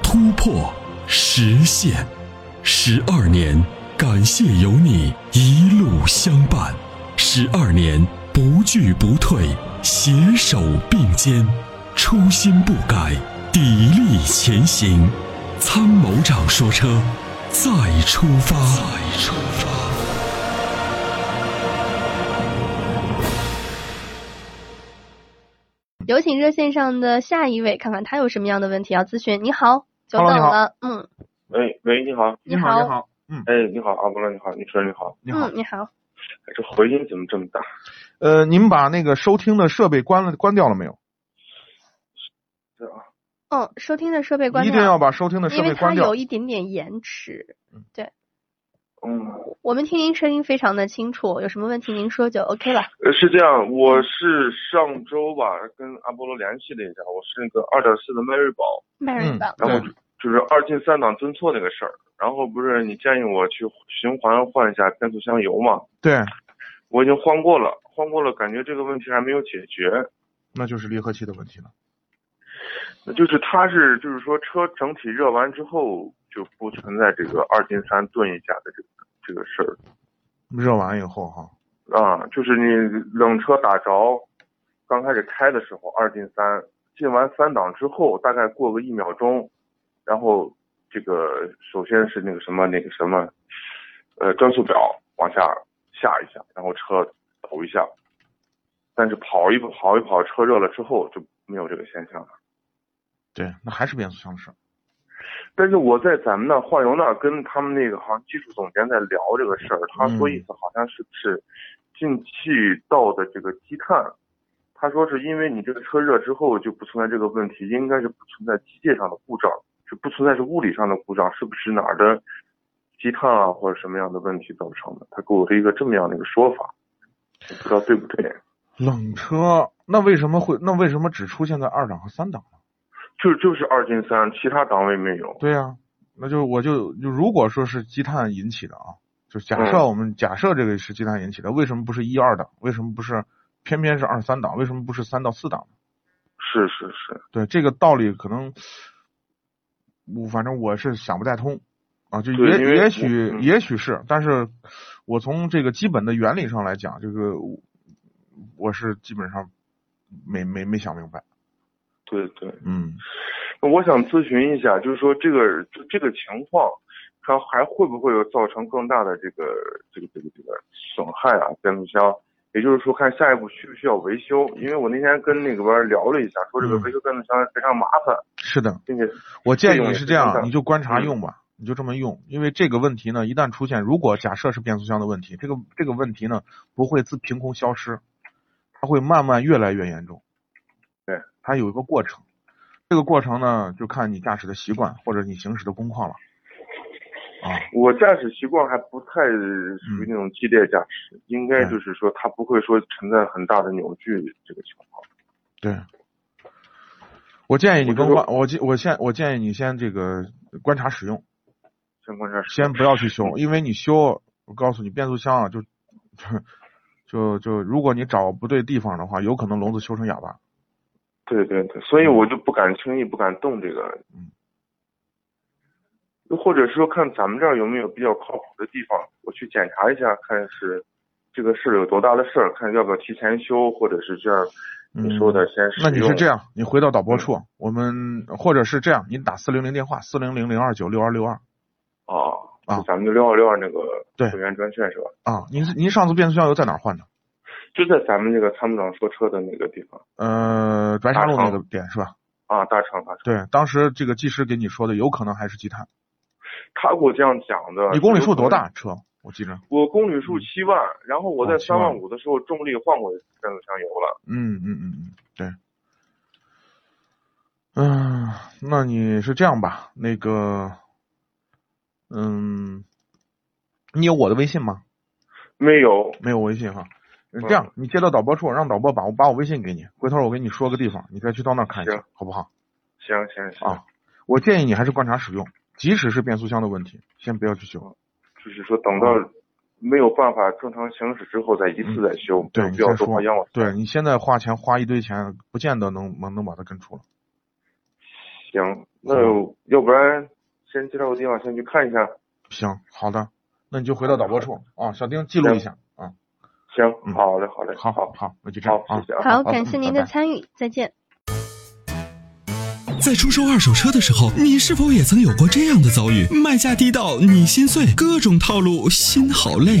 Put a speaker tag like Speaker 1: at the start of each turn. Speaker 1: 突破、实现，十二年，感谢有你一路相伴，十二年不惧不退，携手并肩，初心不改，砥砺前行。”参谋长说：“车，再出发。”再出发。
Speaker 2: 有请热线上的下一位，看看他有什么样的问题要咨询。你好，久等
Speaker 3: Hello，你好
Speaker 2: 了。嗯
Speaker 3: 喂喂，你好，
Speaker 2: 你
Speaker 3: 你
Speaker 2: 好
Speaker 3: 好，你好，嗯，哎，你好，阿波罗，你好，你说你好，你
Speaker 2: 嗯，你好。
Speaker 3: 这回音怎么这么大？
Speaker 4: 呃，您把那个收听的设备关了，关掉了没有？
Speaker 3: 是啊，
Speaker 2: 嗯，收听的设备关
Speaker 4: 一
Speaker 2: 掉，
Speaker 4: 定要把收听的设
Speaker 2: 因为
Speaker 4: 备
Speaker 2: 它
Speaker 4: 关掉
Speaker 2: 有。一点点延迟。
Speaker 3: 嗯，
Speaker 2: 我们听您声音非常的清楚，有什么问题您说就 OK 了。
Speaker 3: 呃是这样，我是上周吧跟阿波罗联系了一下，我是那个二点四的迈锐宝，
Speaker 2: 迈锐
Speaker 4: 嗯
Speaker 2: 宝，，
Speaker 3: 然后
Speaker 4: 对，
Speaker 3: 就是二进三档顿挫那个事儿，然后不是你建议我去循环换一下变速箱油嘛？
Speaker 4: 对，
Speaker 3: 我已经换过了，换过了，感觉这个问题还没有解决。
Speaker 4: 那就是离合器的问题了。
Speaker 3: 就是它是就是说车整体热完之后就不存在这个二进三顿一下的这个这个事儿。
Speaker 4: 热完以后哈，
Speaker 3: 啊，就是你冷车打着，刚开始开的时候二进三，进完三档之后，大概过个一秒钟，然后这个首先是那个什么那个什么，呃，转速表往下下一下，然后车抖一下，但是跑一跑一跑，车热了之后就没有这个现象了。
Speaker 4: 对，那还是变速箱的事儿。
Speaker 3: 但是我在咱们那换油那儿跟他们那个好像技术总监在聊这个事儿，他说意思好像是不是进气道的这个积碳，他说是因为你这个车热之后就不存在这个问题，应该是不存在机械上的故障，是不存在是物理上的故障，是不是哪儿的积碳啊或者什么样的问题造成的？他给我了一个这么样的一个说法，我不知道对不对。
Speaker 4: 冷车那为什么会？那为什么只出现在二档和三档呢？
Speaker 3: 就就是二进三，其他档位没有。
Speaker 4: 对呀、那就我就就如果说是积碳引起的啊，就假设
Speaker 3: 嗯
Speaker 4: 我们、假设这个是积碳引起的，为什么不是一二档？为什么不是偏偏是二三档？为什么不是三到四档？
Speaker 3: 是是是，
Speaker 4: 对这个道理，可能我反正我是想不太通啊，就
Speaker 3: 对因为
Speaker 4: 也也
Speaker 3: 我
Speaker 4: 许、
Speaker 3: 嗯
Speaker 4: 也许是，但是我从这个基本的原理上来讲，这个我我是基本上没没没想明白。
Speaker 3: 对对。
Speaker 4: 嗯，
Speaker 3: 我想咨询一下，就是说这个就这个情况，它还会不会有造成更大的这个这个这个这个损害啊？变速箱，也就是说看下一步需不需要维修？因为我那天跟那个边聊了一下，说这个
Speaker 4: 嗯
Speaker 3: 维修变速箱非常麻烦，
Speaker 4: 是的，
Speaker 3: 并且
Speaker 4: 我建议
Speaker 3: 用
Speaker 4: 你
Speaker 3: 也
Speaker 4: 是
Speaker 3: 是
Speaker 4: 这
Speaker 3: 真
Speaker 4: 样，
Speaker 3: 的
Speaker 4: 你就观察
Speaker 3: 嗯
Speaker 4: 用吧，你就这么用，因为这个问题呢，一旦出现，如果假设是变速箱的问题，这个这个问题呢不会自凭空消失，它会慢慢越来越严重。
Speaker 3: 对，
Speaker 4: 它有一个过程，这个过程呢就看你驾驶的习惯或者你行驶的工况了。啊，
Speaker 3: 我驾驶习惯还不太属于
Speaker 4: 嗯
Speaker 3: 那种激烈驾驶，应该就是说它不会说存在很大的扭矩这个情况。
Speaker 4: 对。我建议你
Speaker 3: 我就
Speaker 4: 跟
Speaker 3: 说
Speaker 4: 观，我建我现我建议你先这个观察使用，
Speaker 3: 先观察时
Speaker 4: 先不要去修，因为你修，我告诉你，变速箱啊，就就就，如果你找不对地方的话，有可能笼子修成哑巴。
Speaker 3: 对对对，所以我就不敢轻易不敢动这个。
Speaker 4: 嗯。
Speaker 3: 或者是说，看咱们这儿有没有比较靠谱的地方，我去检查一下，看是这个事儿有多大的事儿，看要不要提前修，或者是这样你说的先使
Speaker 4: 嗯那你是
Speaker 3: 用
Speaker 4: 这样，你回到导播处，我们或者是这样，你打四零零电话，四零零零二九六二六二
Speaker 3: 啊？
Speaker 4: 啊
Speaker 3: 就咱们就六二六二那个
Speaker 4: 对
Speaker 3: 会员专券是吧？
Speaker 4: 啊。您您上次变速箱油在哪儿换的？
Speaker 3: 就在咱们这个参谋长说车的那个地方
Speaker 4: 呃，白沙路
Speaker 3: 大
Speaker 4: 那
Speaker 3: 成
Speaker 4: 个点是吧？
Speaker 3: 啊，大厂大厂，
Speaker 4: 对，当时这个技师给你说的，有可能还是积碳。
Speaker 3: 他给我这样讲的。
Speaker 4: 你公里数
Speaker 3: 有可能
Speaker 4: 多？大？车我记着，
Speaker 3: 我公里数七万，然后我
Speaker 4: 哦
Speaker 3: 在
Speaker 4: 7
Speaker 3: 三
Speaker 4: 万
Speaker 3: 万五的时候重力换过变速箱油了。
Speaker 4: 嗯嗯嗯嗯，对。嗯，那你是这样吧？那个，嗯，你有我的微信吗？
Speaker 3: 没有，
Speaker 4: 没有微信哈。嗯
Speaker 3: 嗯
Speaker 4: 这样，你接到导播处，让导播把我把我微信给你，回头我给你说个地方，你再去到那儿看一下
Speaker 3: 行，
Speaker 4: 好不好？
Speaker 3: 行行行，
Speaker 4: 啊，我建议你还是观察使用，即使是变速箱的问题，先不要去
Speaker 3: 嗯
Speaker 4: 修。
Speaker 3: 就是说等到
Speaker 4: 啊
Speaker 3: 没有办法正常行驶之后，再一次再修，没
Speaker 4: 嗯对
Speaker 3: 有
Speaker 4: 你
Speaker 3: 必要
Speaker 4: 再
Speaker 3: 多
Speaker 4: 说
Speaker 3: 花冤枉，
Speaker 4: 对你现在花钱花一堆钱，不见得能能能把它根除了。
Speaker 3: 行，那
Speaker 4: 嗯
Speaker 3: 要不然先介绍个地方先去看一下。
Speaker 4: 行，好的，那你就回到导播处啊，小丁记录一下啊。
Speaker 3: 行
Speaker 4: 嗯，
Speaker 3: 好嘞，好嘞，
Speaker 4: 好
Speaker 3: 好，
Speaker 4: 好，那就这样
Speaker 3: 好，
Speaker 4: 啊
Speaker 3: 谢。谢啊。
Speaker 2: 好，
Speaker 4: 好
Speaker 2: 感谢
Speaker 4: 嗯
Speaker 2: 您的
Speaker 4: 拜拜
Speaker 2: 参与，再见。
Speaker 1: 在出售二手车的时候，你是否也曾有过这样的遭遇？卖价低到你心碎，各种套路，心好累。